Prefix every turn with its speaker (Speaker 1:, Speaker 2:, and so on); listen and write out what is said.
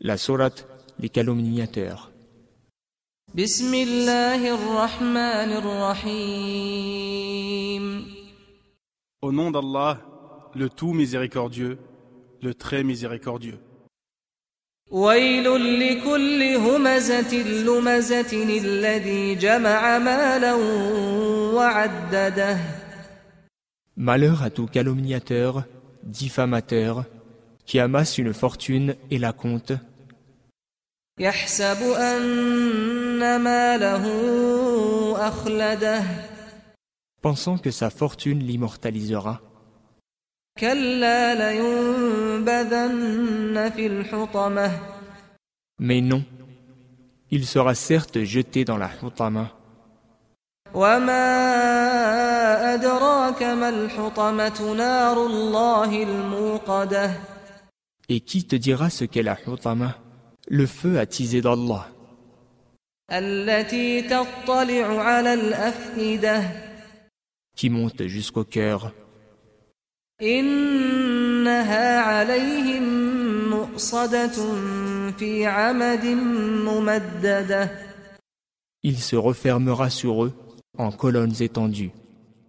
Speaker 1: La sourate des calomniateurs.
Speaker 2: بسم الله الرحمن الرحيم
Speaker 3: Au nom d'Allah, le tout miséricordieux, le très miséricordieux.
Speaker 2: ويل لكل همزة لمزة الذي جمع مالا وعدده
Speaker 1: Malheur à tout calomniateur, diffamateur, qui amasse une fortune et la compte,
Speaker 2: يحسب أن ماله أخلده
Speaker 1: pensant que sa fortune l'immortalisera.
Speaker 2: كلا لينبذن في الحطمة
Speaker 1: Mais non, il sera certes jeté dans la Houtama.
Speaker 2: وما أدراك ما الحطمة نار الله الموقدة
Speaker 1: Et qui te dira ce qu'est la Houtama Le feu attisé d'Allah,
Speaker 2: التي تطلع على الأفئدة
Speaker 1: qui monte jusqu'au cœur.
Speaker 2: إنها عليهم مؤصدة في عمد ممدده
Speaker 1: Il se refermera sur eux en colonnes étendues.